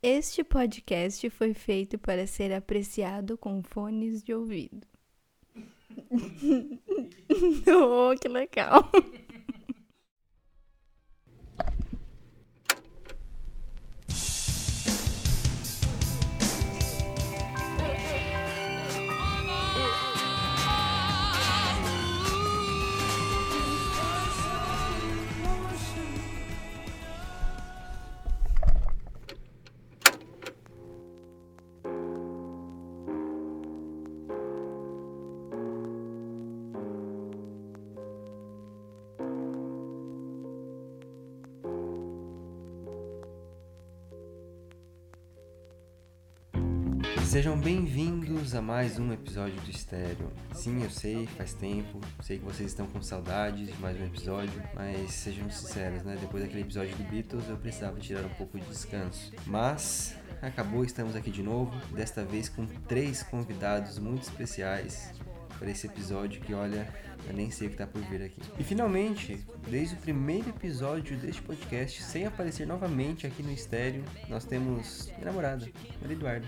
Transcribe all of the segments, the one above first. Este podcast foi feito para ser apreciado com fones de ouvido. oh, que legal. Sejam bem-vindos a mais um episódio do Estéreo. Sim, eu sei, faz tempo, sei que vocês estão com saudades de mais um episódio, mas sejam sinceros, né? Depois daquele episódio do Beatles eu precisava tirar um pouco de descanso. Mas acabou, estamos aqui de novo, desta vez com três convidados muito especiais para esse episódio que, olha, eu nem sei o que tá por vir aqui. E finalmente, desde o primeiro episódio deste podcast, sem aparecer novamente aqui no Estéreo, nós temos minha namorada, Maria Eduarda.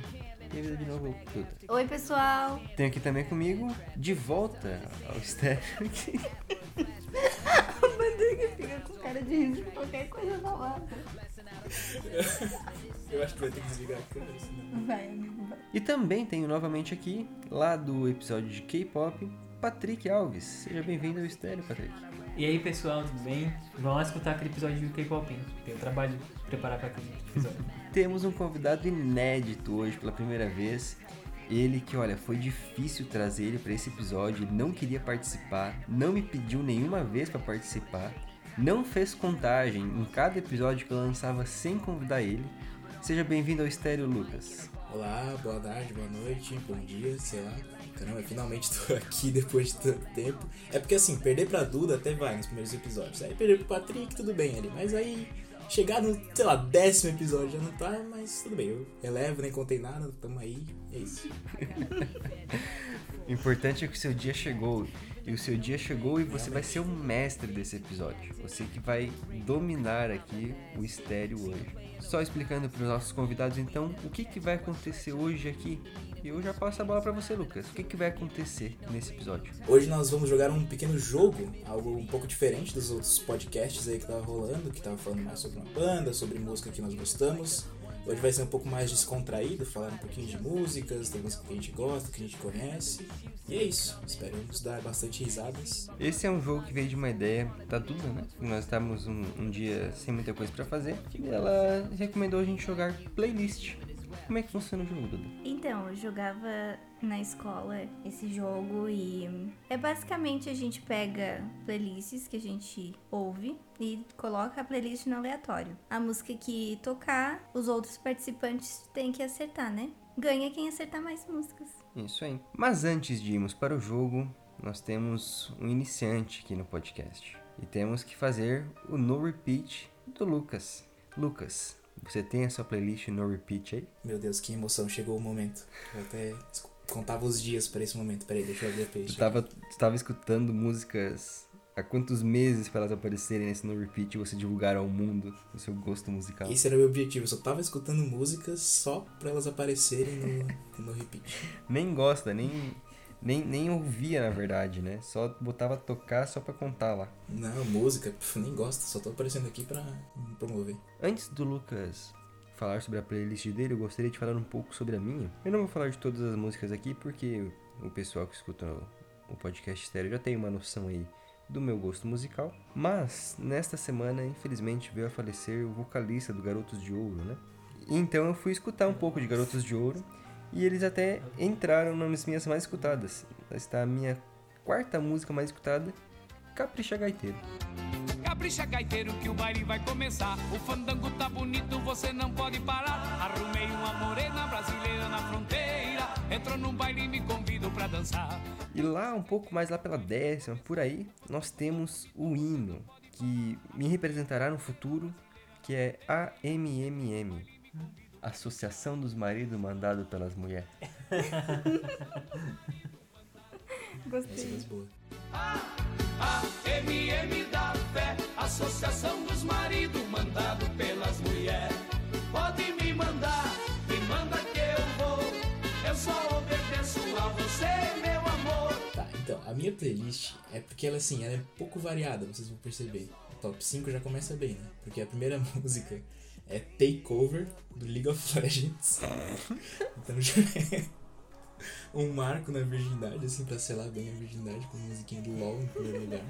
Bem-vindo de novo, Duda. Oi, pessoal! Tenho aqui também comigo, de volta ao estéreo. A Mandanga fica com cara de riso de qualquer coisa falada. Eu acho que vai ter que desligar a câmera, senão. Vai, amigo, vai. E também tenho novamente aqui, lá do episódio de K-pop, Patrick Alves. Seja bem-vindo ao estéreo, Patrick. E aí pessoal, tudo bem? Vão lá escutar aquele episódio do K-Pop, hein? Tem um trabalho de preparar pra aquele episódio. Temos um convidado inédito hoje pela primeira vez. Ele que, olha, foi difícil trazer ele para esse episódio, ele não queria participar, não me pediu nenhuma vez para participar, não fez contagem em cada episódio que eu lançava sem convidar ele. Seja bem-vindo ao Estéreo, Lucas. Olá, boa tarde, boa noite, bom dia, sei lá. Caramba, finalmente tô aqui depois de tanto tempo. É porque assim, perder pra Duda até vai nos primeiros episódios. Aí perder pro Patrick, tudo bem ali. Mas aí, chegar no, sei lá, décimo episódio já não tá, mas tudo bem. Eu relevo, nem contei nada, tamo aí, é isso. O importante é que o seu dia chegou. E o seu dia chegou e você vai ser o mestre desse episódio. Você que vai dominar aqui o estéreo hoje. Só explicando para os nossos convidados então o que, que vai acontecer hoje aqui. E eu já passo a bola para você, Lucas. O que, que vai acontecer nesse episódio? Hoje nós vamos jogar um pequeno jogo, algo um pouco diferente dos outros podcasts aí que tava rolando, que tava falando mais sobre uma banda, sobre música que nós gostamos. Hoje vai ser um pouco mais descontraído, falar um pouquinho de músicas, tem música que a gente gosta, que a gente conhece. E é isso. Esperamos dar bastante risadas. Esse é um jogo que veio de uma ideia da Duda, né? Nós estávamos um, um dia sem muita coisa para fazer. E ela recomendou a gente jogar playlist. Como é que funciona o jogo, Duda? Então, eu jogava na escola esse jogo e é basicamente a gente pega playlists que a gente ouve e coloca a playlist no aleatório. A música que tocar, os outros participantes têm que acertar, né? Ganha quem acertar mais músicas. Isso aí. Mas antes de irmos para o jogo, nós temos um iniciante aqui no podcast. E temos que fazer o no repeat do Lucas. Lucas, você tem a sua playlist no repeat aí? Meu Deus, que emoção, chegou o momento. Eu até desco- contava os dias pra esse momento. Peraí, deixa eu abrir a Tu peixe. tava, tu tava escutando músicas há quantos meses para elas aparecerem nesse no repeat e você divulgar ao mundo o seu gosto musical? Esse era o meu objetivo, eu só tava escutando músicas só pra elas aparecerem no, no repeat. Nem gosta, nem, nem, nem ouvia na verdade, né? Só botava tocar só pra contar lá. Não, música, pf, nem gosto, só tô aparecendo aqui pra me promover. Antes do Lucas falar sobre a playlist dele, eu gostaria de falar um pouco sobre a minha. Eu não vou falar de todas as músicas aqui, porque o pessoal que escuta o- o podcast estéreo já tem uma noção aí do meu gosto musical. Mas, nesta semana, infelizmente, veio a falecer o vocalista do Garotos de Ouro, né? Então eu fui escutar um pouco de Garotos de Ouro, e eles até entraram nas minhas mais escutadas. Está a minha quarta música mais escutada, Capricha Gaiteiro. Capricha É gaiteiro que o baile vai começar. O fandango tá bonito, você não pode parar. Arrumei uma morena brasileira na fronteira. Entrou num baile e me convido pra dançar. E lá, um pouco mais lá pela décima, por aí, nós temos o hino, que me representará no futuro, que é AMMM. Associação dos Maridos Mandado pelas Mulheres. Essa é mais boa. A MM da fé, associação dos maridos, mandado pelas mulheres. Pode me mandar Tá, então, minha playlist é porque ela assim, ela é um pouco variada, vocês vão perceber. O top 5 já começa bem, né? Porque a primeira música é Takeover do League of Legends. então já é um marco na virgindade, assim, pra selar bem a virgindade com a musiquinha do LOL em primeiro lugar.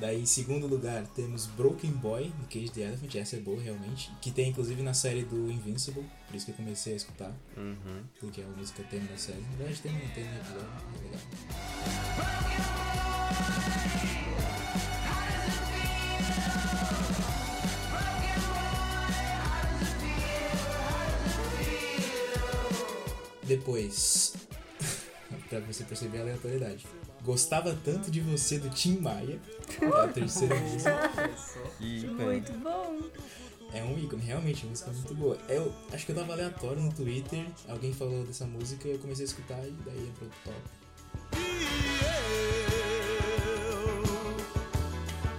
Daí, em segundo lugar, temos Broken Boy, do Cage the Elephant. Essa é boa, realmente. Que tem, inclusive, na série do Invincible. Por isso que eu comecei a escutar. Uhum. Porque é a música tema da série. Na verdade, tem, um, tem no episódio. mas é legal. Depois, pra você perceber a aleatoriedade. Gostava tanto de você do Tim Maia. É a terceira música. E, Muito bom. É um ícone, realmente, a música é muito boa. Eu acho que eu tava aleatório no Twitter, alguém falou dessa música, eu comecei a escutar e daí entrou pro top.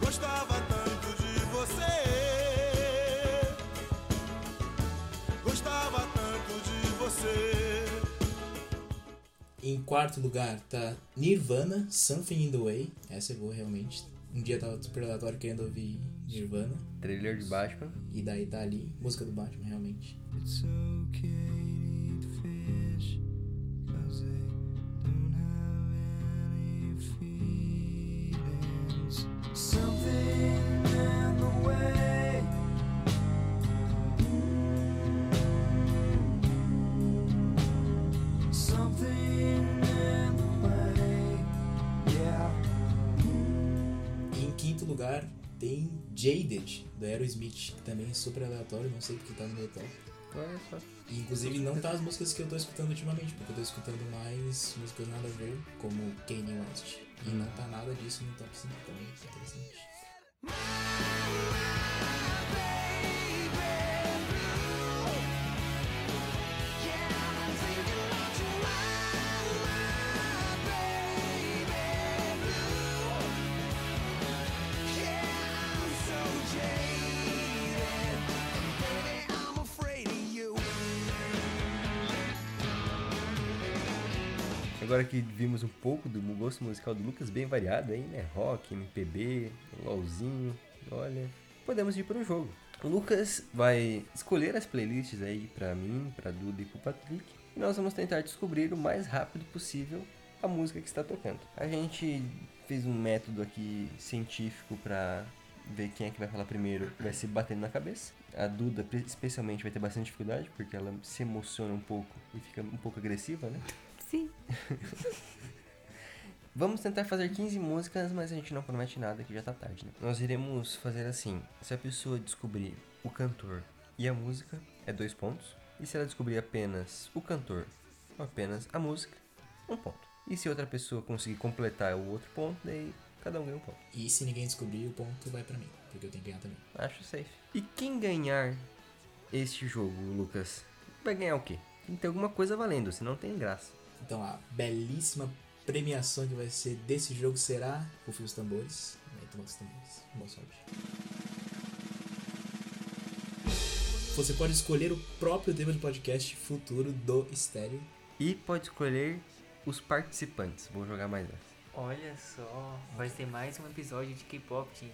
Gostava tanto de você. Gostava tanto de você. Em quarto lugar tá Nirvana, Something in the Way. Essa é boa, realmente. Um dia eu tava super aleatório querendo ouvir Nirvana, trailer de Batman. e daí tá ali, música do Batman, realmente. It's okay to eat fish, 'cause they don't have any feelings. Something in the way. Something in the way. Yeah. E em quinto lugar tem Jaded, do Aerosmith, que também é super aleatório, não sei porque tá no meu top. Olha só. E, Inclusive não tá as músicas que eu tô escutando ultimamente, porque eu tô escutando mais músicas nada a ver, como Kanye West. E não tá nada disso no top 5 também, que interessante. Agora que vimos um pouco do gosto musical do Lucas, bem variado aí, né? Rock, MPB, LOLzinho, olha. Podemos ir para um jogo. O Lucas vai escolher as playlists aí pra mim, pra Duda e pro Patrick. E nós vamos tentar descobrir o mais rápido possível a música que está tocando. A gente fez um método aqui científico pra ver quem é que vai falar primeiro, vai se batendo na cabeça. A Duda, pre- especialmente, vai ter bastante dificuldade, porque ela se emociona um pouco e fica um pouco agressiva, né? Sim. Vamos tentar fazer 15 músicas, mas a gente não promete nada que já tá tarde, né? Nós iremos fazer assim: se a pessoa descobrir o cantor e a música, é dois pontos. E se ela descobrir apenas o cantor ou apenas a música, um ponto. E se outra pessoa conseguir completar o outro ponto, daí cada um ganha um ponto. E se ninguém descobrir, o ponto vai pra mim, porque eu tenho que ganhar também. Acho safe. E quem ganhar este jogo, Lucas, vai ganhar o quê? Tem que ter alguma coisa valendo, senão tem graça. Então a belíssima premiação que vai ser desse jogo será o Fio os Tambores. Aí toma os tambores. Boa sorte. Você pode escolher o próprio tema do podcast futuro do estéreo. E pode escolher os participantes. Vou jogar mais um. essa. Olha só, vai ter mais um episódio de K-pop, gente.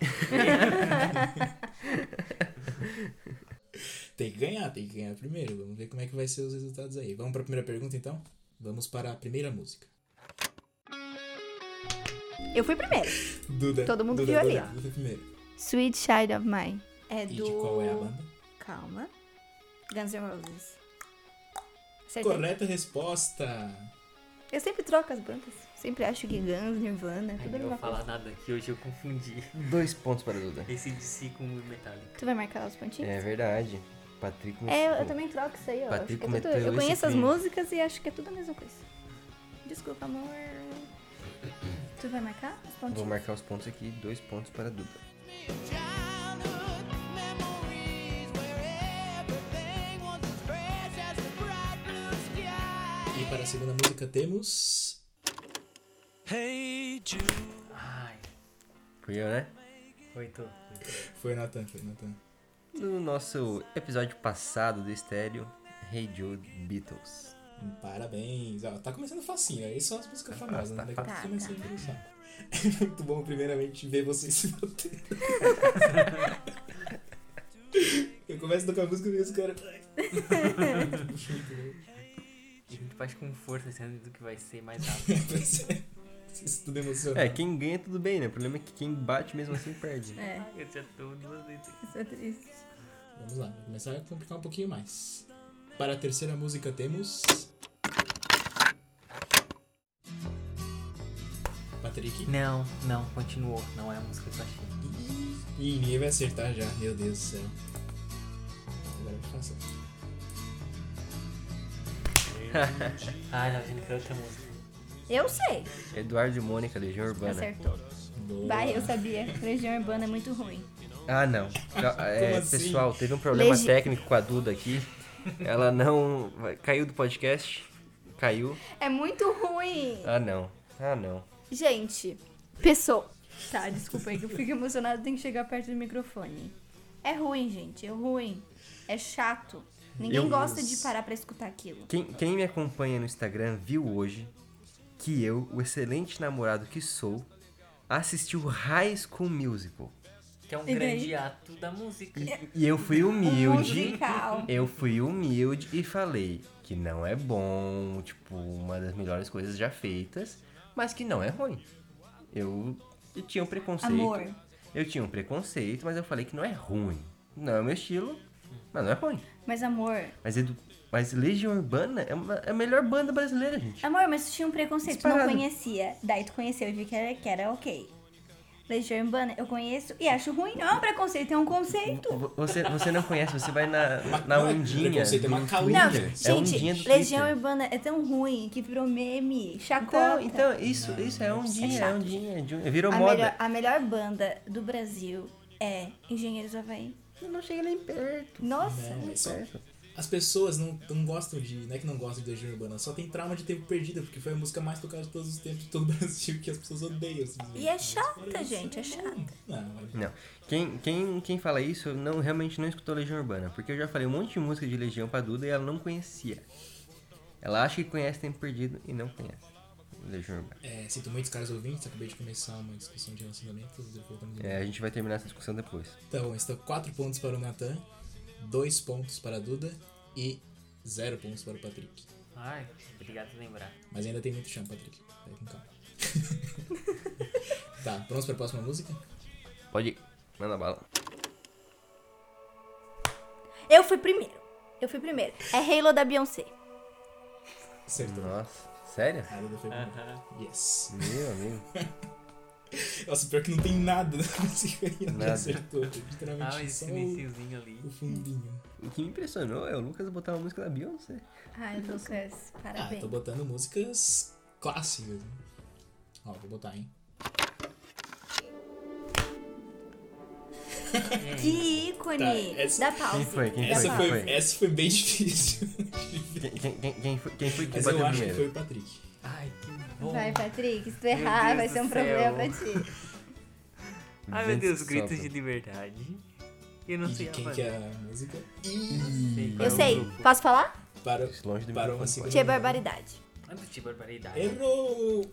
Tem que ganhar, tem que ganhar primeiro. Vamos ver como é que vai ser os resultados aí. Vamos para a primeira pergunta então? Vamos para a primeira música. Eu fui primeiro. Duda. Todo mundo Duda, viu ali, Duda, Duda primeiro. Sweet Child of Mine. É E do. de qual é a banda? Calma. Guns N' Roses. Acertei. Correta resposta! Eu sempre troco as bandas. Sempre acho que Guns, Nirvana, Ai, tudo a não vou mesma falar coisa. nada aqui, hoje eu confundi Dois pontos para a Duda. esse DC com o Metallica. Tu vai marcar lá os pontinhos? É verdade. Patrick É, eu, eu também troco isso aí, ó. Acho que é Patrick tudo- meteu eu conheço esse as crime. músicas e acho que é tudo a mesma coisa. Desculpa, amor. Tu vai marcar? Os pontinhos? Vou marcar os pontos aqui, dois pontos para a Duda. Childhood memories where everything was as fresh as the bright blue sky. E para a segunda música temos. Hey Jude. Ai, Fui eu, né? oito. Foi Natan, foi Natan. No nosso episódio passado do estéreo, Hey Jude Beatles. Parabéns. Ó, tá começando facinho, aí só as músicas famosas, né? Daqui a pouco tá, começa a interessar. É muito bom, primeiramente, ver vocês se bater. Eu começo a tocar música e os caras. A gente faz com força, sendo do que vai ser mais rápido. Isso tudo emociona. É, quem ganha tudo bem, né? O problema é que quem bate mesmo assim perde. É, Ah, Eu tinha tudo duas vezes. isso é triste. Vamos lá, vai começar a complicar um pouquinho mais. Para a terceira música temos. Patrick. Não, não, continuou. Não é a música que eu achei. Ih, ninguém vai acertar já, meu Deus do céu. Agora vai passar. Ah, não, a gente quer outra música. Eu sei. Eduardo e Mônica, Legião Tá Urbana. Acertou. Boa. Vai, eu sabia. Legião Urbana é muito ruim. Ah, não. É, assim? Pessoal, teve um problema Legi- técnico com a Duda aqui. Ela não. Caiu do podcast. Caiu. É muito ruim. Ah, não. Ah, não. Gente, pessoa. Tá, desculpa aí que eu fico emocionada, tem que chegar perto do microfone. É ruim, gente, é ruim. É chato. Ninguém Eu- gosta de parar pra escutar aquilo. Quem, quem me acompanha no Instagram viu hoje que eu, o excelente namorado que sou, assisti o High School Musical. Que é um E daí? é? grande ato da música. E eu fui Um humilde. musical. Eu fui humilde e falei que não é bom, tipo, uma das melhores coisas já feitas, mas que não é ruim. Eu, eu tinha um preconceito. Amor. Eu tinha um preconceito, mas eu falei que não é ruim. Não é o meu estilo, mas não é ruim. Mas amor. Mas, Edu, mas Legião Urbana é, uma- é a melhor banda brasileira, gente. Amor, mas tu tinha um preconceito, tu Disparado. não conhecia. Daí tu conheceu e viu que era, que era ok. Legião Urbana, eu conheço e acho ruim. Não é um preconceito, é um conceito. Vo- Você, você não conhece, você vai na, na Não é ondinha. preconceito, é uma do calúnia. Não, Twitter. é ondinha do gente, Legião Twitter. Urbana é tão ruim que virou meme, Então, chacota. então isso, isso é ondinha, é chato, ondinha, é ondinha. Virou A moda. melhor, a melhor banda do Brasil é Engenheiros do Havaí. Eu Não chega nem perto. Nossa! É, só- As pessoas não, não gostam de. Não é que não gostam de Legião Urbana, só tem trauma de tempo perdido, porque foi a música mais tocada de todos os tempos de todo o Brasil, que as pessoas odeiam. assim, E é chata, gente, é chata. Não, vai- Não. Quem, quem, quem fala isso não, realmente não escutou Legião Urbana. Porque eu já falei um monte de música de Legião pra Duda e ela não conhecia. Ela acha que conhece Tempo Perdido e não conhece Legião Urbana. É, sinto muitos caras ouvintes, acabei de começar uma discussão de relacionamentos. eu vou voltar É, a gente vai terminar essa discussão depois. Então, estão 4 pontos para o Natan, 2 pontos para a Duda e 0 pontos para o Patrick. Ai, obrigado por lembrar. Mas ainda tem muito chão, Patrick. Vai com calma. tá, prontos para a próxima música? Pode ir. Manda bala. Eu fui primeiro. Eu fui primeiro. É Halo da Beyoncé. Acertou. Nossa, sério? A Duda foi primeiro. Yes. Meu amigo. Nossa, pior que não tem nada da música aí. ela Nada. Acertou. Literalmente Ah, só então esse o, iniciozinho ali. o fundinho. O que me impressionou é o Lucas botar uma música da Beyoncé. Ai, Lucas, Ah, eu parabéns. tô botando músicas clássicas. né? Ó, vou botar, hein. Que ícone! Tá, essa- Da pausa. Quem foi? Quem Essa foi? foi, essa foi bem difícil. Quem, quem, quem, quem foi, quem foi que Mas bateu eu acho que primeiro? foi o Patrick. Ai, que bom. Vai, Patrick, se tu Meu errar, Deus vai do ser um céu. problema pra ti. Ai, Ah, meu Deus, Vento gritos sopra. de liberdade. Eu não E sei de a quem banda. que é a música? Sei qual um Eu é o sei, grupo. posso falar? Para, Longe do para uma microfone, segunda. Tchê Barbaridade. Ah, do Tibor Barbaridade. Errou!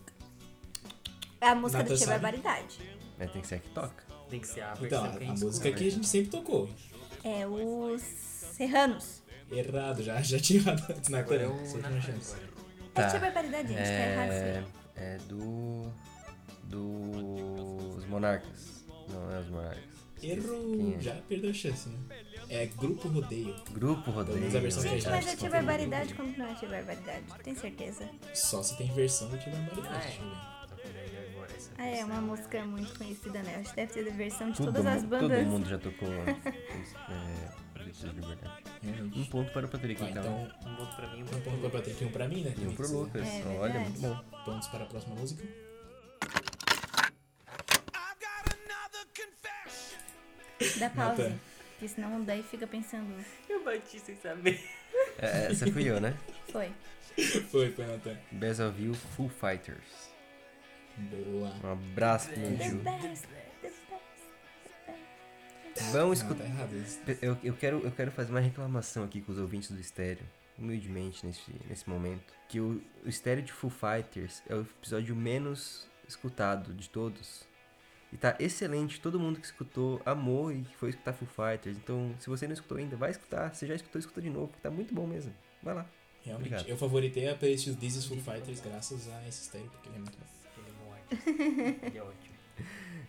É a música Natan do Tchê sabe? Barbaridade. assim. É, tem que ser a que toca. Tem que ser a Então, versão que a, a escuta. música que a gente sempre tocou. É os Serranos. Errado, já, já tinha errado antes né, na Agora é cara. o Só tinha uma Natan chance. agora. É Tá. Tchê Barbaridade, gente, tá errado isso É, aí. é do. Dos Monarcas. Não, é os Monarcas. Esqueci quem Errou! é. Já perdeu a chance, né? É Grupo Rodeio. Grupo Pelo Rodeio. menos a versão que a tá Gente, mas já eu tive escutou. barbaridade quando não é tive barbaridade, tem certeza. Só se tem versão do Tio Barbaridade. deixa eu ver. Ah, é uma música muito conhecida, né? Acho que deve ser da versão de Todo todas as mu- bandas. Todo mundo já tocou. é, Gritos de Liberdade. Realmente. Um ponto para o Patrick, Tá, então. então, Um ponto pra mim, um um ponto ponto pra Patrick e um pra mim, né? E um pro Lucas. É Olha, verdade. muito bom. Pontos para a próxima música. I've got another confession. Dá pausa. Natan. Porque senão daí fica pensando. Eu bati sem saber. É, essa fui eu, né? Foi. Foi, foi, Natan. Best of You Full Fighters. Boa. Um abraço pro meu É tio. Best, the best. Vão Não, escutar. tá errado isso. Eu, eu, quero, eu quero fazer uma reclamação aqui com os ouvintes do estéreo, humildemente nesse, nesse momento. Que o, o estéreo de Full Fighters é o episódio menos escutado de todos. E tá excelente, todo mundo que escutou amou e foi escutar Full Fighters. Então, se você não escutou ainda, vai escutar. Se já escutou, escuta de novo, que tá muito bom mesmo. Vai lá. Realmente. Obrigado. Eu favoritei a playlist do This is Full Fighters graças a esse estéreo, porque ele é muito bom. Ele é ótimo. Ele é ótimo.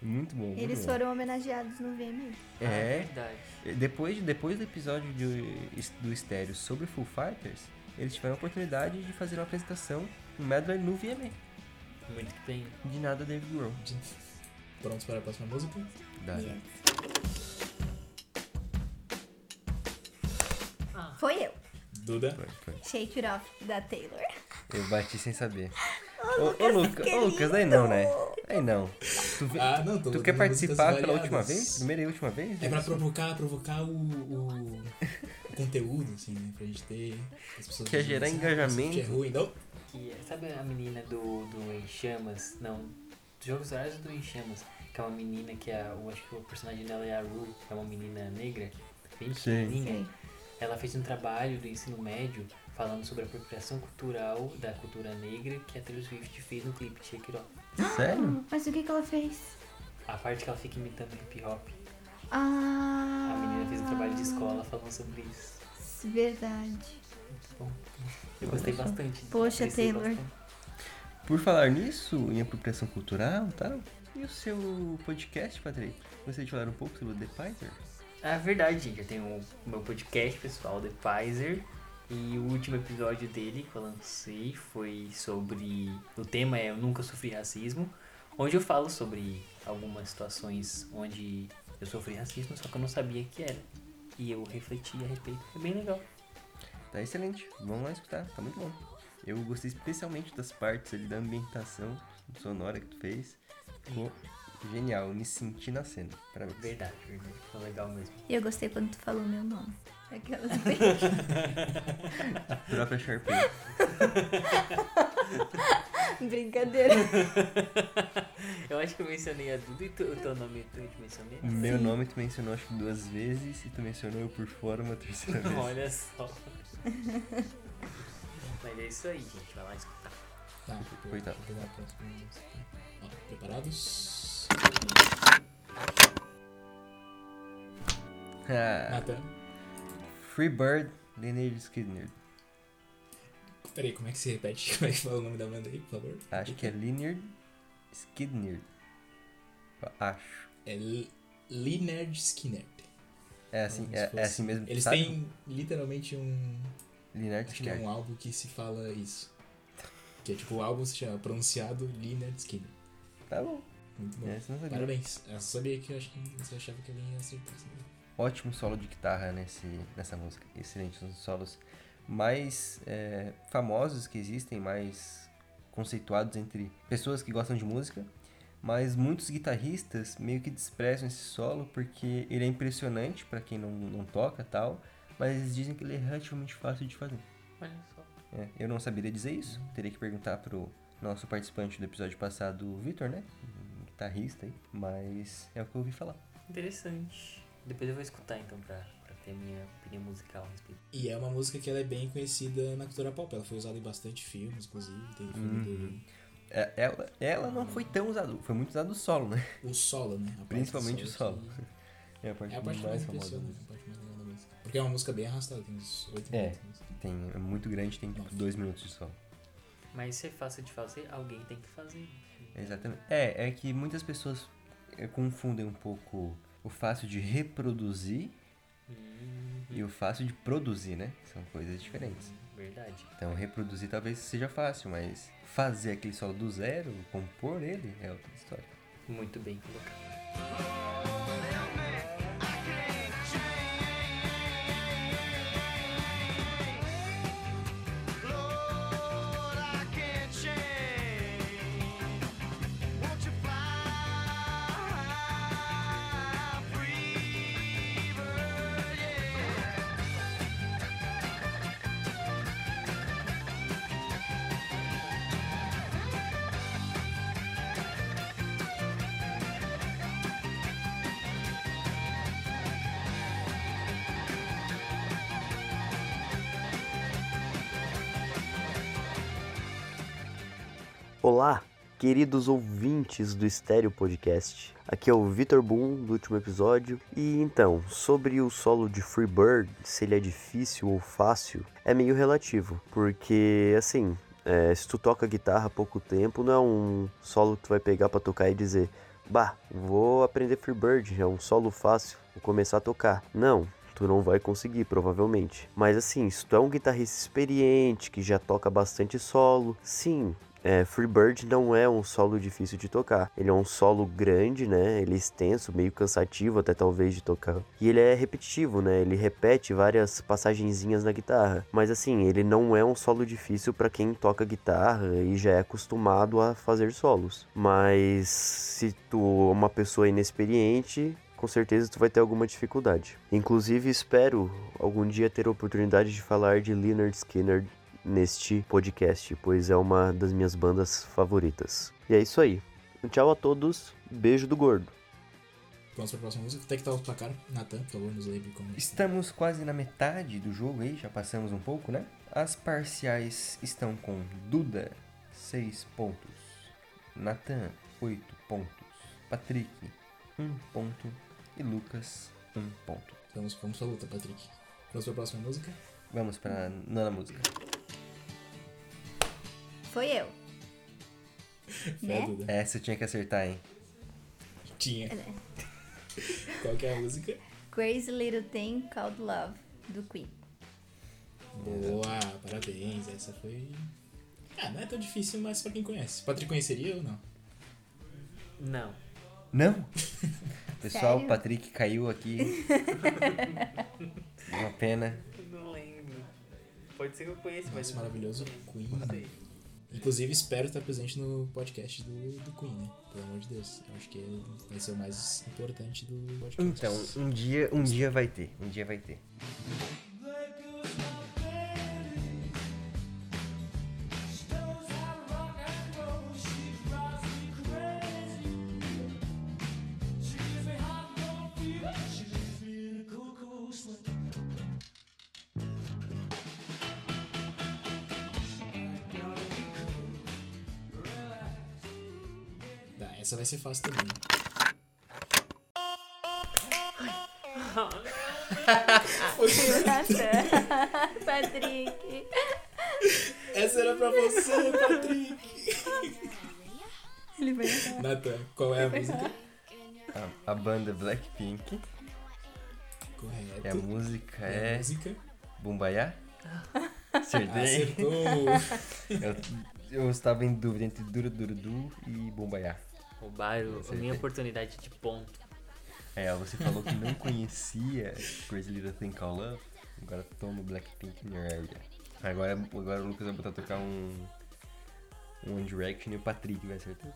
Muito bom. muito Eles bom. foram homenageados no VMA. Ah, É, verdade. Depois, depois do episódio de- do estéreo sobre Full Fighters, eles tiveram a oportunidade de fazer uma apresentação no Medley no VMA. Muito bem. né? De nada, David Grohl. Prontos para a próxima música? Dali. Yes. Foi eu. Duda. Foi, foi. Shake It Off, da Taylor. Eu bati sem saber. Ô, Ô, ô, Lucas, que ô, Lucas, aí não, né? lindo! Aí não. Tu, vê- Ah, não, tô tu botando quer participar músicas pela última variadas. vez? Primeira e última vez? É pra Isso. provocar, provocar o, o- o conteúdo, assim, né? Pra gente ter. As pessoas Quer gerar assim, engajamento. Que é ruim, não? Que é- sabe a menina do, do Em Chamas? Não, do Jogos Horários ou do Em Chamas? Que é uma menina que é, eu acho que o personagem dela é a Rue, que é uma menina negra, bem Sim. pequenininha. Ela fez um trabalho do ensino médio falando sobre a apropriação cultural da cultura negra que a Taylor Swift fez no clipe de Shake It Off. Sério? Mas o que, que ela fez? A parte que ela fica imitando hip hop. Ah. A menina fez um trabalho de escola falando sobre isso. Verdade. Bom, eu gostei bastante. Poxa, apreciei Taylor. bastante. Por falar nisso, em apropriação cultural e tal, e o seu podcast, Patrick? Gostaria de falar um pouco sobre o The Pizer? Ah, verdade, gente. Eu tenho o meu podcast pessoal, The Pfizer. E o último episódio dele que eu lancei foi sobre. O tema é Eu Nunca Sofri Racismo. Onde eu falo sobre algumas situações onde eu sofri racismo, só que eu não sabia que era. E eu refleti a respeito. Foi bem legal. Tá excelente, vamos lá escutar, tá muito bom. Eu gostei especialmente das partes ali da ambientação sonora que tu fez. Ficou genial, eu me senti na cena. Parabéns. Verdade, verdade. Foi legal mesmo. E eu gostei quando tu falou meu nome. Aquelas Própria Sharpay. brincadeira. Eu acho que eu mencionei a Duda e tu- o teu nome tu te mencionei. Meu nome tu mencionou acho que duas vezes e tu mencionou eu por fora uma terceira vez. Olha só. Mas é isso aí, gente. Vai lá escutar. Tá, Coitado. vou dar a próxima música. Ó, preparados? Ah, Nathan. Free Bird, Leonard Skinner. Peraí, como é que se repete? Como é que fala o nome da banda aí, por favor? Acho que é Leonard Skinner. Acho. É L- Leonard Skinner. É assim, Como se é, fosse- é assim mesmo. Eles sabe? têm literalmente um. Leonard Acho que é Skinner. um álbum que se fala isso. Que é tipo, o álbum se chama Pronunciado Leonard Skinner. Tá bom. Muito bom. Essa eu não sabia. Parabéns. Eu sabia que eu acho que você achava que alguém ia acertar. sabe? Ótimo solo de guitarra nesse, nessa música. Excelente, um dos solos mais é, famosos que existem, mais conceituados entre pessoas que gostam de música. Mas muitos guitarristas meio que desprezam esse solo porque ele é impressionante para quem não, não toca tal, mas eles dizem que ele é relativamente fácil de fazer. Olha só. É, eu não saberia dizer isso, teria que perguntar pro nosso participante do episódio passado, o Vitor, né? Um Guitarrista aí, mas é o que eu ouvi falar. Interessante. Depois eu vou escutar então pra, pra ter minha opinião musical a respeito. E é uma música que ela é bem conhecida na cultura pop. Ela foi usada em bastante filmes, inclusive. Teve filme É, Ela, ela não foi tão usada, foi muito usada o solo, né? do. O solo, né? A parte do Principalmente o solo. que- É a parte, É a parte que mais mais famosa. impressiona, né? a parte mais legal da música. Porque é uma música bem arrastada, tem uns 8 É. minutos. né? Tem, é muito grande, tem tipo dois minutos de solo. Mas se é fácil de fazer, alguém tem que fazer. Exatamente. É, é que muitas pessoas é, confundem um pouco o fácil de reproduzir Hum, e o fácil de produzir, né? São coisas diferentes. verdade. Então reproduzir talvez seja fácil, mas fazer aquele solo do zero, compor ele, é outra história. Muito bem colocado. Lord, Olá, queridos ouvintes do Estéreo Podcast. Aqui é o Vitor Boom, do último episódio. E então, sobre o solo de Free Bird, se ele é difícil ou fácil, é meio relativo. Porque, assim, é, se tu toca guitarra há pouco tempo, não é um solo que tu vai pegar pra tocar e dizer Bah, vou aprender Freebird, é um solo fácil, vou começar a tocar. Não, tu não vai conseguir, provavelmente. Mas assim, se tu é um guitarrista experiente, que já toca bastante solo, sim, é, Freebird não é um solo difícil de tocar. Ele é um solo grande, né? Ele é extenso, meio cansativo até talvez de tocar. E ele é repetitivo, né? Ele repete várias passagenzinhas na guitarra. Mas assim, ele não é um solo difícil para quem toca guitarra e já é acostumado a fazer solos. Mas se tu é uma pessoa inexperiente, com certeza tu vai ter alguma dificuldade. Inclusive, espero algum dia ter a oportunidade de falar de Leonard Skinner neste podcast, pois é uma das minhas bandas favoritas. E é isso aí. Tchau a todos, beijo do gordo. Vamos pra próxima música. Até que tá o placar. Natan, por favor, nos lembre como é. Estamos quase na metade do jogo aí, já passamos um pouco, né? As parciais estão com Duda, 6 pontos. Natan, 8 pontos. Patrick, 1 ponto. E Lucas, 1 ponto. Vamos, vamos pra luta, tá, Patrick. Vamos pra próxima música. Vamos para nona música. Foi eu. Fé, Duda. Essa eu tinha que acertar, hein? Tinha. Qual que é a música? Crazy Little Thing Called Love, do Queen. Boa, parabéns. Essa foi. Ah, não é tão difícil, mas pra quem conhece. Patrick conheceria ou não? Não. Não? Pessoal, Sério? o Patrick caiu aqui. Uma pena. Não lembro. Pode ser que eu conheça, mas Esse maravilhoso Queen. não sei. Inclusive, espero estar presente no podcast do, do Queen, né? Pelo amor de Deus. Eu acho que vai ser o mais importante do podcast. Então, um dia, um dia vai ter. Um dia vai ter. Tá, essa vai ser fácil também. Patrick. Essa era pra você, Patrick! Ele vai entrar. Nathan, qual é a música? A, a banda Blackpink. Correto. E É a música E a é. música? Bumbaiá? Acertei. Acertou! Eu, eu estava em dúvida entre Duro Duro Du e Bumbaiá. Roubaram a minha Acertei. oportunidade de ponto. É, você falou que não conhecia Crazy Little Thing Called Love. Agora toma Blackpink in your area. Agora, agora o Lucas vai botar tocar um. Um One Direction e o Patrick vai acertar.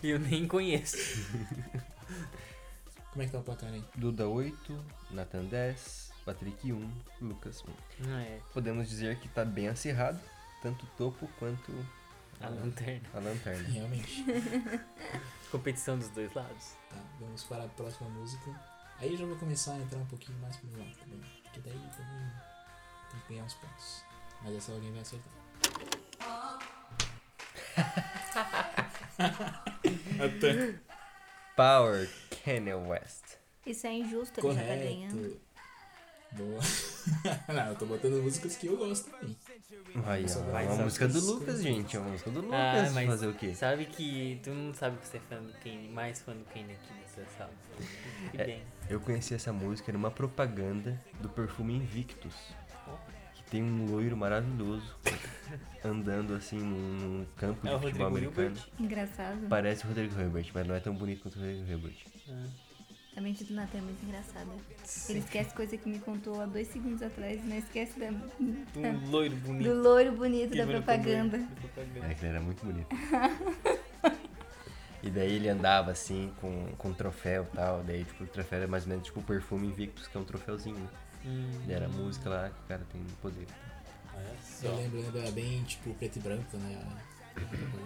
E eu nem conheço. Como é que tá o placar aí? Duda 8, Nathan 10, Patrick 1, Lucas 1. Não é. Podemos dizer que tá bem acirrado, tanto o topo quanto A lanterna. a lanterna. Realmente. Competição dos dois lados. Tá, vamos para a próxima música. Aí eu já vou começar a entrar um pouquinho mais pro meu lado também. Porque daí também tem que ganhar uns pontos. Mas essa alguém vai acertar. Até. Power Kanye West. Isso é injusto, ele já tá ganhando. Correto. Boa. Não, eu tô botando músicas que eu gosto também. Vai, Nossa, ó, vai, é uma só música do coisas- Lucas, gente. É uma música do Ah, Lucas. mas Fazer o quê? Sabe que tu não sabe que você é fã do Kane, mais fã do Kane aqui nessa sala. É. Que bem. Eu conheci essa música numa propaganda do perfume Invictus. Que tem um loiro maravilhoso andando assim num, num campo É de o futebol Rodrigo americano. Hilbert. Engraçado. Parece o Rodrigo Herbert, mas não é tão bonito quanto o Rodrigo Herbert. Ah. A mente do Natan é muito engraçada. Ele esquece coisa que me contou há dois segundos atrás e não esquece da- Um loiro bonito. do loiro bonito que da virou propaganda. também, da propaganda. É que ele era muito bonito. e daí ele andava assim com, com um troféu e tal. Daí tipo, o troféu era mais ou menos tipo o perfume Invictus, que é um troféuzinho. Hum, E era a música lá que o cara tem um poder. olha só. Eu lembro, lembro, era bem tipo preto e branco, né? a- a propaganda.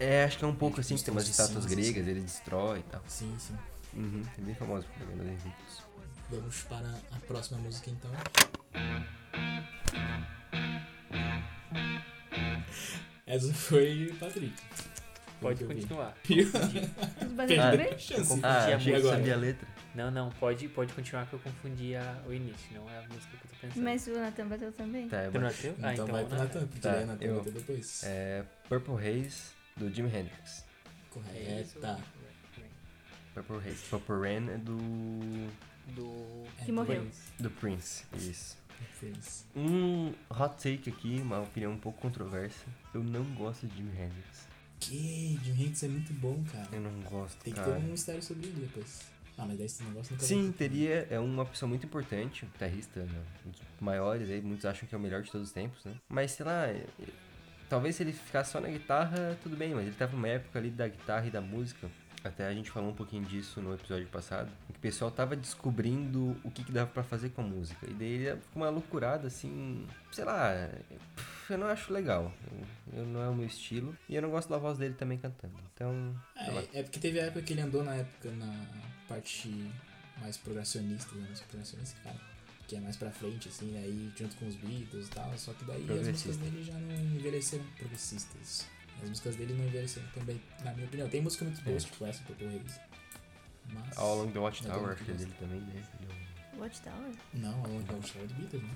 É, acho que é um pouco assim, que tem umas Uns estátuas cinzas, gregas, ele destrói e tal. Sim, sim. Uhum, é bem famoso por exemplo, Invictus. Vamos para a próxima música então. Essa foi Patrick. Pode Eu vi. continuar. Os Perdeu brasileiros? a chance. Ah, Ah, achei achei que que agora. sabia a letra. Não, não, pode, pode continuar que eu confundi a- o início, não é a música que eu tô pensando. Mas o Natan bateu também. Tá, eu Tu não bati. achou? Então, Ah, então, vai pro não. Natan, porque Tá, daí o Natan eu- vai ter depois. É Purple Haze, do Jimi Hendrix. É isso. Correta. Purple Haze. Purple Rain é do... Do. Que morreu. Prince. do Prince. Isso. Friends. Um hot take aqui, uma opinião um pouco controversa. Eu não gosto de Jimi Hendrix. Que Jimi Hendrix é muito bom, cara. Eu não gosto, Tem que cara. ter um mistério sobre ele depois. Ah, mas daí se não gosta, nunca vai Sim, ter. teria. Então, É uma opção muito importante, um guitarrista, né? um dos maiores aí, muitos acham que é o melhor de todos os tempos, né? Mas sei lá, é- é- talvez se ele ficasse só na guitarra, tudo bem, mas ele tava numa época ali da guitarra e da música. Até a gente falou um pouquinho disso no episódio passado, em que o pessoal tava descobrindo o que, que dava pra fazer com a música. E daí ele ficou uma loucurada assim, sei lá, é- pff, eu não acho legal. Eu, eu- não é o meu estilo. E eu não gosto da voz dele também cantando. Então, sei lá. É, é porque teve a época que ele andou na época na parte mais progressionista, né? Mais progressionista, cara. Que é mais pra frente, assim, aí junto com os Beatles e tal. Só que daí as músicas Progressista. dele já não envelheceram progressistas. As músicas dele não envelheceram também, na minha opinião. Tem música muito boa, É. tipo essa, Purple Haze. Mas... All Along the Watchtower, Eu acho que é gosto. dele também, né? Ele é um- Watchtower? Não, All Along the Watchtower é do Beatles, né?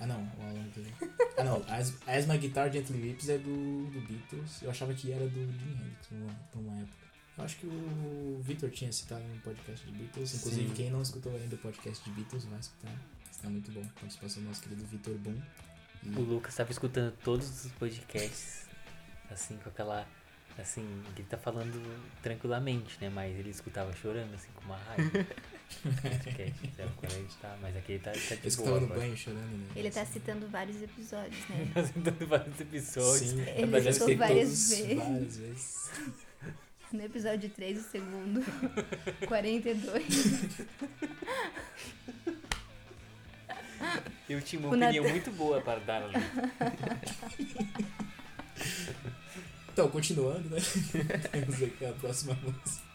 Ah não, o All Along the... Ah não, As, As My Guitar Gently Rips é do, do Beatles. Eu achava que era do Jimi Hendrix numa- por uma época. Eu acho que o Victor tinha citado no podcast de Beatles. Inclusive, Sim. quem não escutou ainda o podcast de Beatles vai escutar. Está muito bom. A participação do nosso querido Victor Boom. E O Lucas tava escutando todos os podcasts, assim, com aquela. Assim, ele tá falando tranquilamente, né? Mas ele escutava chorando, assim, com uma raiva. podcast, sei lá qual é que tá, mas aqui ele tá, tá eu de escutava boa. no agora. banho chorando, né? Ele tá citando vários episódios, né? Tá sentando vários episódios. Sim, Ele eu É, já escutou escutei várias todos vezes. várias vezes. No episódio 3, o segundo. 42. Eu tinha uma O Natan- opinião muito boa para dar ali. Então, continuando, né? Temos aqui a próxima música.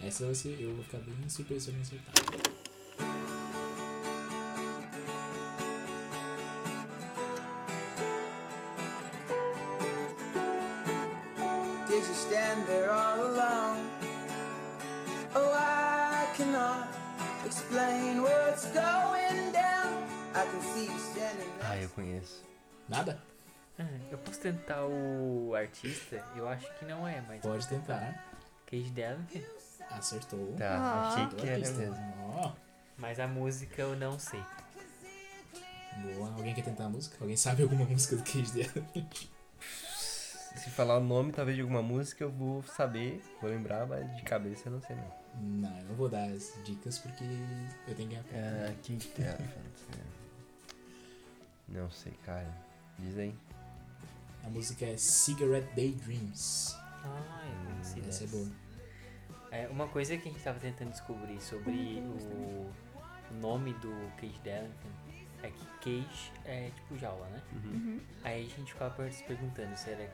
Essa vai ser, eu vou ficar bem surpreso se eu não acertar. Did you stand there all alone? Oh, I cannot explain what's going down. I can see you standing there. Ah, eu conheço. Nada? Ah, Eu posso tentar o artista? Eu acho que não é, mas. Pode tentar. Cage Davenport. Acertou. Tá, achei Boa que era pista. mesmo. Ó, Mas a música eu não sei. boa. Alguém quer tentar a música? Alguém sabe alguma música do Cage dela? Se falar o nome, talvez, de alguma música, eu vou saber, vou lembrar, mas de cabeça eu não sei não. Não, eu não vou dar as dicas porque eu tenho que ganhar ponto. É, Kid Elephant. Não sei, cara. Diz aí. A música é Cigarette Daydreams. Ah, eu conheci dessa. Essa é boa. É, uma coisa que a gente tava tentando descobrir sobre o o nome do Cage Davenport é que Cage é tipo jaula, né? Uhum. Aí a gente ficava per- se perguntando se era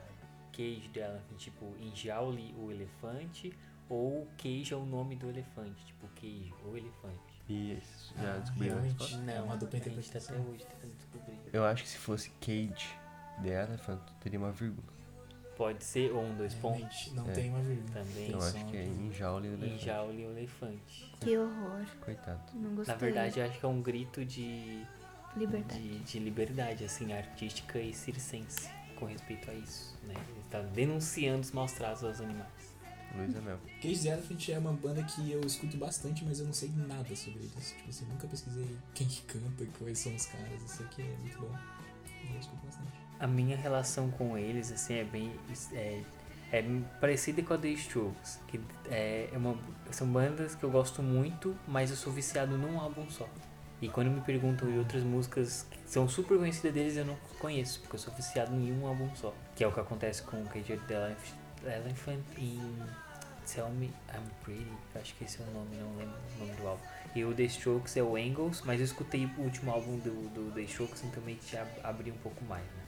Cage Davenport, tipo, enjaule o elefante ou Cage é o nome do elefante, tipo, Cage ou elefante. Isso, já Ah, descobriu a realmente. resposta? É uma dupla a gente tá até interpretação. hoje tentando descobrir. Eu acho que se fosse Cage The Elephant, teria uma vírgula. Pode ser ou um, dois pontos. Realmente, não É. tem uma vírgula. Também. Tem Eu só acho que é uma- Enjaule do Elefante. Enjaule o elefante. que horror. Coitado. Não gostei. Na verdade, eu acho que é um grito de Liberdade. de, de liberdade, assim, artística e circense com respeito a isso, né? Ele está denunciando os maus tratos aos animais. Luiz Amel. Cage Elephant é uma banda que eu escuto bastante, mas eu não sei nada sobre eles. Tipo assim, nunca pesquisei quem que canta, quais são os caras. Isso aqui é muito bom. Eu escuto bastante. A minha relação com eles, assim, é bem... É, é parecida com a The Strokes, que é é uma, são bandas que eu gosto muito, mas eu sou viciado num álbum só. E quando me perguntam de outras músicas que são super conhecidas deles, eu não conheço, porque eu sou viciado em um álbum só. Que é o que acontece com o Cage the Elef- Elephant em Tell Me I'm Pretty, eu acho que esse é o nome, não lembro o nome do álbum. E o The Strokes é o Angles, mas eu escutei o último álbum do, do The Strokes, então meio que já abri um pouco mais, né?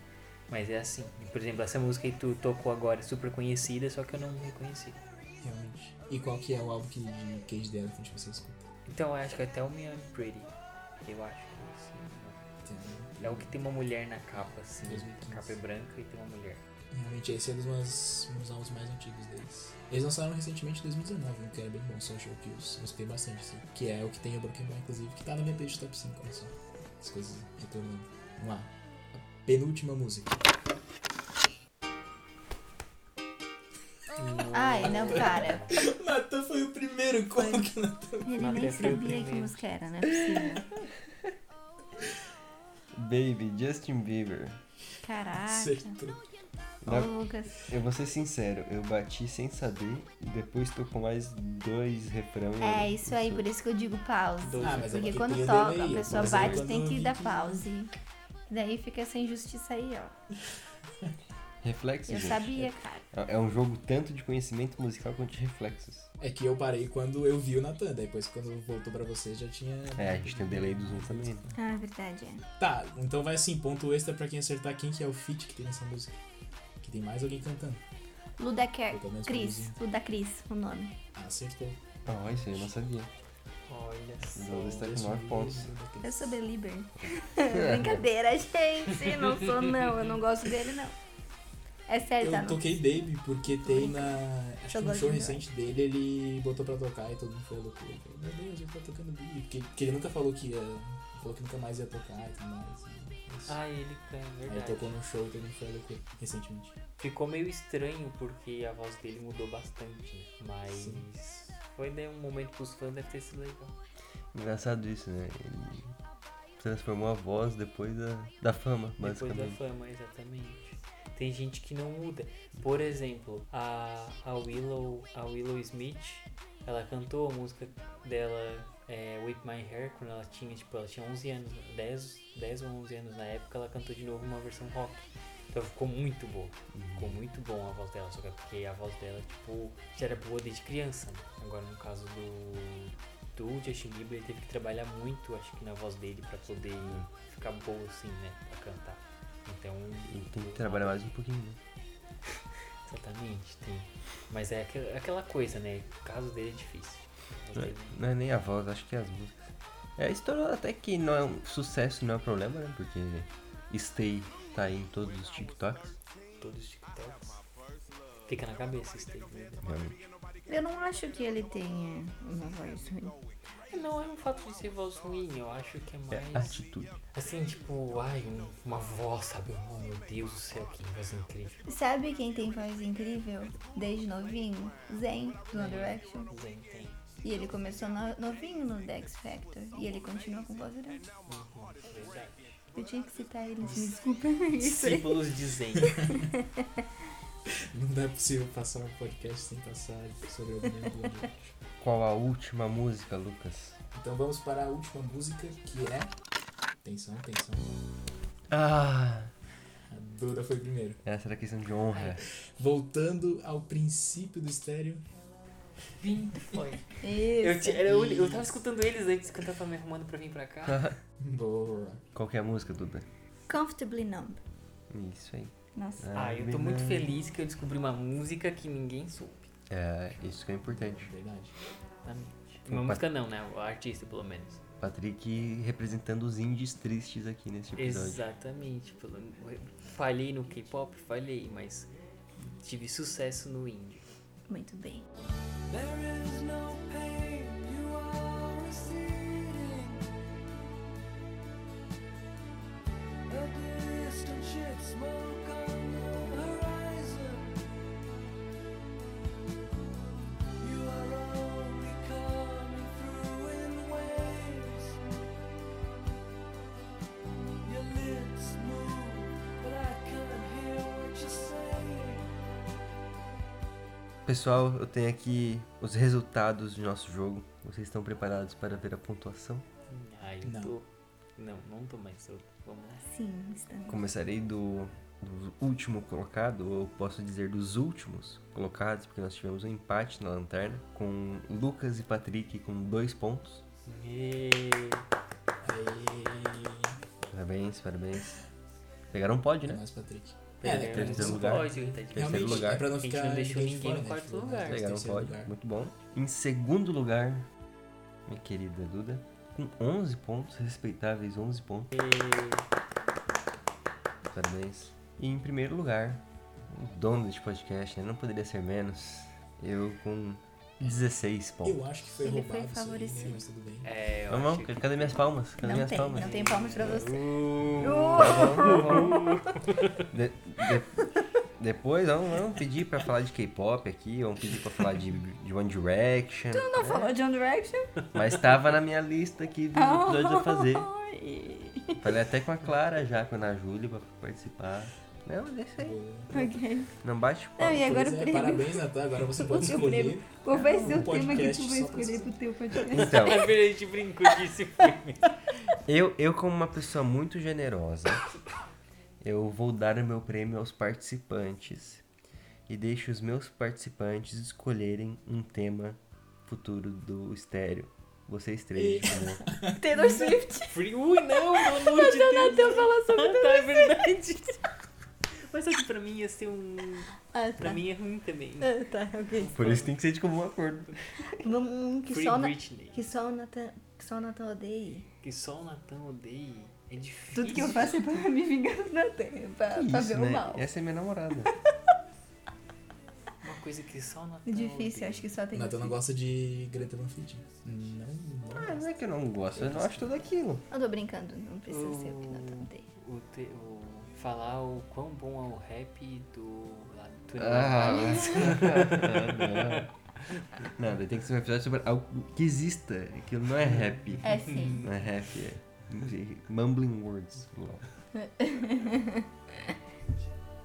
Mas é assim, por exemplo, essa música que tu tocou agora é super conhecida, só que eu não reconheci. Realmente. E qual que é o álbum que, de Cage the Elephant você escuta? Então eu acho que é Tell Me I'm Pretty, eu acho que é esse o nome. É Entendeu? o que tem uma mulher na capa, assim. 2015. A capa é branca e tem uma mulher. Realmente, esse é um dos umas- uns álbuns mais antigos deles. Eles lançaram recentemente em 2019, um que era bem bom, Social Kills. Gostei bastante, assim. Que é o que tem o Broken Boy, inclusive, que tá na minha playlist top 5, olha só. As coisas retornando. Vamos lá. A penúltima música. Ai, não, para. Natan foi o primeiro, como que não? Ele Maria nem foi o sabia que primeiro. música era, não é possível. Baby, Justin Bieber. Ah, Caraca. Acertou. Ô, Na- Lucas. Eu vou ser sincero, eu bati sem saber e depois tô com mais dois refrão. e É eu- isso aí, por isso que eu digo pause. Ah, mas é Porque porque quando tem o toca, a delay, pessoa mas é bate, quando tem que eu dar vi pause. Daí fica essa injustiça aí, ó. Reflexos, Eu gente. sabia, cara. É, é um jogo tanto de conhecimento musical quanto de reflexos. É que eu parei quando eu vi o Natan, depois quando voltou pra vocês já tinha... É, a gente tem o delay dos um também. né? Ah, é verdade. é. Tá, então vai assim, ponto extra pra quem acertar quem que é o feat que tem nessa música. Que tem mais alguém cantando. Luda Eu Care. pelo menos É, Cris. produzi. Luda Cris, o nome. Ah, acertou. Ah, isso aí eu não sabia. Olha Então, só. está com 9 pontos. Eu sou Belieber. Brincadeira, gente. Não sou, não. Eu não gosto dele, não. É sério, tá? Eu não? toquei Baby porque tem na. Acho que Eu no gosto show de recente dele ele botou pra tocar e todo mundo falou loucura. Eu falei, Meu Deus, ele tá tocando Baby. Porque, porque ele nunca falou que ia. Falou que nunca mais ia tocar e tudo mais. e isso. Ah, ele canta, Aí verdade. tocou no show e todo mundo falou loucura recentemente. Ficou meio estranho porque a voz dele mudou bastante, né? mas Sim. foi né, um momento pros fãs deve ter sido legal. Engraçado isso, né? Ele transformou a voz depois da, da fama, Depois da basicamente. fama, exatamente. Tem gente que não muda. Por exemplo, a, a Willow, a Willow Smith, ela cantou a música dela é, With My Hair quando ela tinha, tipo, ela tinha 11 anos, 10, 10 ou 11 anos na época, ela cantou de novo uma versão rock. Então ficou muito boa. Uhum. Ficou muito bom a voz dela, só que é porque a voz dela, tipo, já era boa desde criança. né? Agora no caso do, do Justin Bieber, ele teve que trabalhar muito, acho que na voz dele, pra poder ficar boa assim, né? Pra cantar. Então. Uhum. Ele tem que trabalhar mais um pouquinho, né? Exatamente, tem. Mas é aquel- aquela coisa, né? O caso dele é difícil. Mas Não é, ele- não é nem a voz, acho que é as músicas. É, estourou até que não é um sucesso, não é um problema, né? Porque Stay tá aí em todos os TikToks, Todos os TikToks. Fica na cabeça esse tempo. né? realmente. Eu não acho que ele tenha uma voz ruim. Não é um fato de ser voz ruim, eu acho que é É mais. atitude. Assim, tipo, ai, um- uma voz, sabe? Oh, meu Deus do céu, que voz incrível. Sabe quem tem voz incrível desde novinho? Zen, do One Direction. Zen tem. E ele começou no- novinho no Dex Factor. E ele continua com voz grande. Uhum, verdade. Eu tinha que citar ele, gente, me desculpa. Isso aí. Símbolos de Zen. Não é possível passar um podcast sem passar sobre algum mundo. Qual a última música, Lucas? Então vamos para a última música que é. Atenção, atenção. Ah! A Duda foi primeiro. Essa era questão de honra. Voltando ao princípio do estéreo. Vindo, foi. Eu, Isso. ti- era o único- eu tava escutando eles antes quando eu tava me arrumando pra vir pra cá. Boa. Qual que é a música, Duda? Comfortably Numb. Isso aí. Nossa. Ah, eu tô muito feliz que eu descobri uma música que ninguém soube. É, isso que é importante. Verdade. Exatamente. Opa. Uma música não, né? O artista, pelo menos. Patrick representando os indies tristes aqui nesse episódio. Exatamente. Pelo... Falhei no K-pop, falhei, mas tive sucesso no indie. Muito bem. Pessoal, eu tenho aqui os resultados do nosso jogo. Vocês estão preparados para ver a pontuação? Ah, eu Não. tô. Não, não tô mais. Eu... Vamos lá. Sim, estamos. Começarei do, do último colocado, ou posso dizer dos últimos colocados, porque nós tivemos um empate na lanterna, com Lucas e Patrick com dois pontos. Ê, Aê. Parabéns, parabéns. Pegaram um pódio, É né? nóis, Patrick. perdemos pra não terceiro um ficar- lugar. pódio, tá difícil. Realmente, lugar. é pra não A gente ficar não deixou ninguém de ninguém no fora, né? quarto Foi, né? lugar. Terceiro Pegaram um pódio, lugar. muito bom. Em segundo lugar, minha querida Duda, com 11 pontos, respeitáveis 11 pontos. parabéns. E em primeiro lugar, o dono deste podcast, né? Não poderia ser menos. Eu com 16 pontos. Então Eu acho que foi Ele foi roubado isso aí, né? favorecido. mas tudo bem. É, eu Vamos, acho vamos, que- cadê minhas palmas? Cadê Não minhas tem, palmas? Tá não tem palmas pra você. Uh. De- de- depois vamos, vamos pedir pra falar de K-pop aqui, vamos pedir pra falar de, de One Direction. É. Tu não Uh, falou de One Direction? Mas tava na minha lista aqui dos episódios a fazer. Ai, Falei até com a Clara já, com a Ana Júlia pra participar. Não, deixa aí. ok. Não bate Não, palma. e agora Pois o é, prêmio. parabéns, Natan. Agora você pode O prêmio. escolher. Qual vai ser Um o tema que podcast tu vai só pra escolher pro teu podcast? Então, Tá A gente brincou disso filme. eu, eu como uma pessoa muito generosa, eu vou dar o meu prêmio aos participantes. E deixo os meus participantes escolherem um tema futuro do estéreo. Vocês três, por favor. Taylor Swift. Free. Ui, não, pelo amor de Deus. Então fala sobre. Tá, é verdade. Mas só que pra mim ia ser um. Ah, tá. Pra mim é ruim também. Ah, tá, ok. Por isso tem que ser de comum acordo. Vamos um que Free só, na... Britney. que só o Nathan. Que só o Nathan odeia. Que só o Natan odeia. É difícil. Tudo que eu faço é pra me vingar do Nathan. é Pra, pra ver Isso, o né? mal. Essa é minha namorada. Uma coisa que só o Natan. É difícil, acho que só tem. Natan não gosta de Greta Van Fleet. Não, Ah, não. não é que eu não gosto, eu não acho tudo aquilo. Eu tô brincando, não Oh. precisa ser o que o Nathan odeia. O te... o... Falar o quão bom é o rap do. lá do Tony Ah, Montana. mas... não. Não, daí tem que ser um episódio sobre algo que exista. Aquilo não é Uhum. rap. É sim. Não é rap, é. Mumbling words. lol.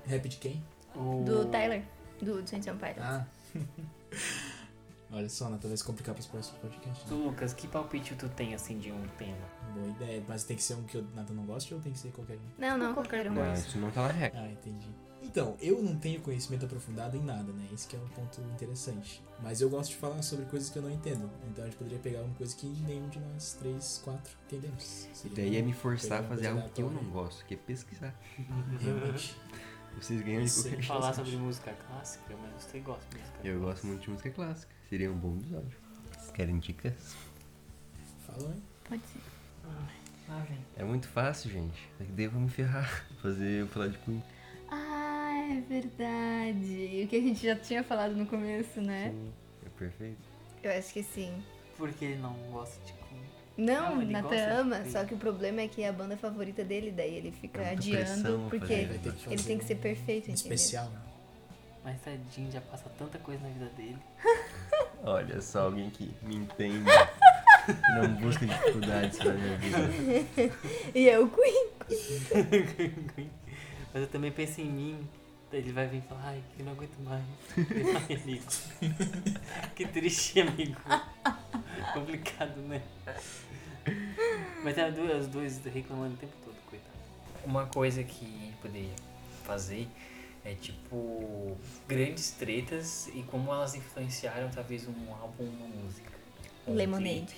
Rap de quem? O- Do Tyler. Do Twenty One Pilots. Ah. Olha só, Natan vai se complicar pros próximos podcasts. né? Tu, Lucas, que palpite tu tem assim de um tema? Boa ideia, mas tem que ser um que o Nathan não gosta ou tem que ser qualquer um? Não, não, qualquer um. Não, isso não tá na regra. Ah, entendi. Então, eu não tenho conhecimento aprofundado em nada, né? Esse que é um ponto interessante. Mas eu gosto de falar sobre coisas que eu não entendo. Então a gente poderia pegar uma coisa que nenhum de nós, três, quatro, entendemos. Seria Daí é me forçar a pegar um uma fazer coisa algo que eu não aleatória. gosto, que é pesquisar. Realmente. Vocês ganham de Isso aí. qualquer jeito. Falar sobre música clássica, mas você gosta de música Eu gosto muito de música clássica. Seria um bom episódio. Vocês querem dicas? Falou, hein? Pode ser. Ah, vem. É muito fácil, gente. Só que daí eu vou me ferrar. Fazer eu falar de Queen. Ah, é verdade. O que a gente já tinha falado no começo, né? É perfeito. Eu acho que sim. Porque ele não gosta de Queen. Não, Não, ele gosta de Nathan ama, Queen. só que o problema é que é a banda favorita dele, daí ele fica É muita adiando, pressão porque fazer Aí Ele vai ter que tem fazer ele tem que ser um- perfeito, um entendeu? especial. Mas tadinho, já passa tanta coisa na vida dele. Olha só, alguém que me entende. Não busca dificuldades pra minha vida. E é o Queen. Mas eu também penso em mim. Daí Ele vai vir e falar, ai, que eu não aguento mais. Ele vai ali. que triste, amigo. Complicado, né? Mas tá du- os dois reclamando o tempo todo, coitado. Uma coisa que a gente poderia fazer é tipo grandes tretas e como elas influenciaram talvez um álbum, uma música. Um Lemonade.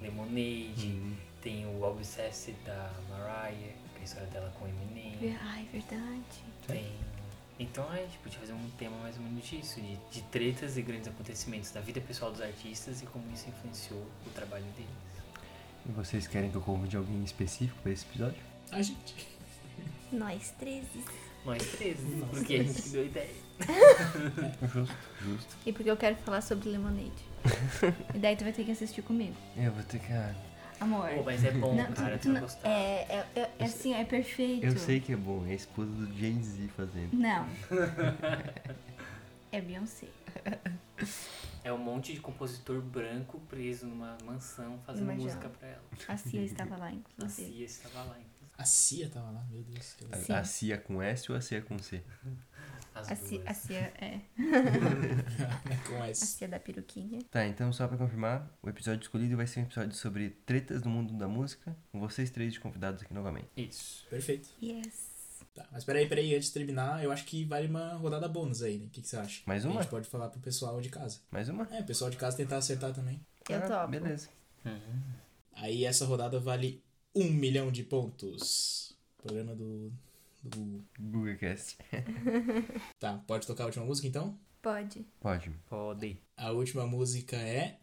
Lemonade, tem o Obsessed da Mariah, que é a história dela com Eminem. É Ai, verdade. Tem... Então a gente podia fazer um tema mais ou menos disso, de, de tretas e grandes acontecimentos da vida pessoal dos artistas e como isso influenciou o trabalho deles. E vocês querem que eu convide alguém específico pra esse episódio? A gente. Nós 13. Nós três, porque a gente que deu a ideia. Justo, justo. E porque eu quero falar sobre Lemonade. e daí tu vai ter que assistir comigo. Eu vou ter que. ah, Amor. Pô, mas é bom, Não, tu- cara, tu tu vai não- gostar. é, é, é- é assim, ó, é perfeito. Eu sei que é bom, é a esposa do Jay-Z fazendo. Não. é Beyoncé. É um monte de compositor branco preso numa mansão fazendo Numa música jaula. pra ela. A Cia estava lá, A inclusive. Cia estava lá, então. inclusive. A Cia tava lá, meu Deus. que legal. A, a Cia com S ou a Cia com C? As A Cia, duas. a Cia é. Com A S. Cia da peruquinha. Tá, então só pra confirmar, o episódio escolhido vai ser um episódio sobre tretas do mundo da música, com vocês três de convidados aqui novamente. Isso. Perfeito. Yes. Tá, mas peraí, peraí, antes de terminar, eu acho que vale uma rodada bônus aí, né? O que, que você acha? Mais A uma? gente pode falar pro pessoal de casa. Mais uma? É, o pessoal de casa tentar acertar também. Eu Ah, topo. Beleza. Aí essa rodada vale um milhão de pontos. Programa do, do. GugaCast. Tá, pode tocar a última música então? Pode. Pode. Pode. A última música é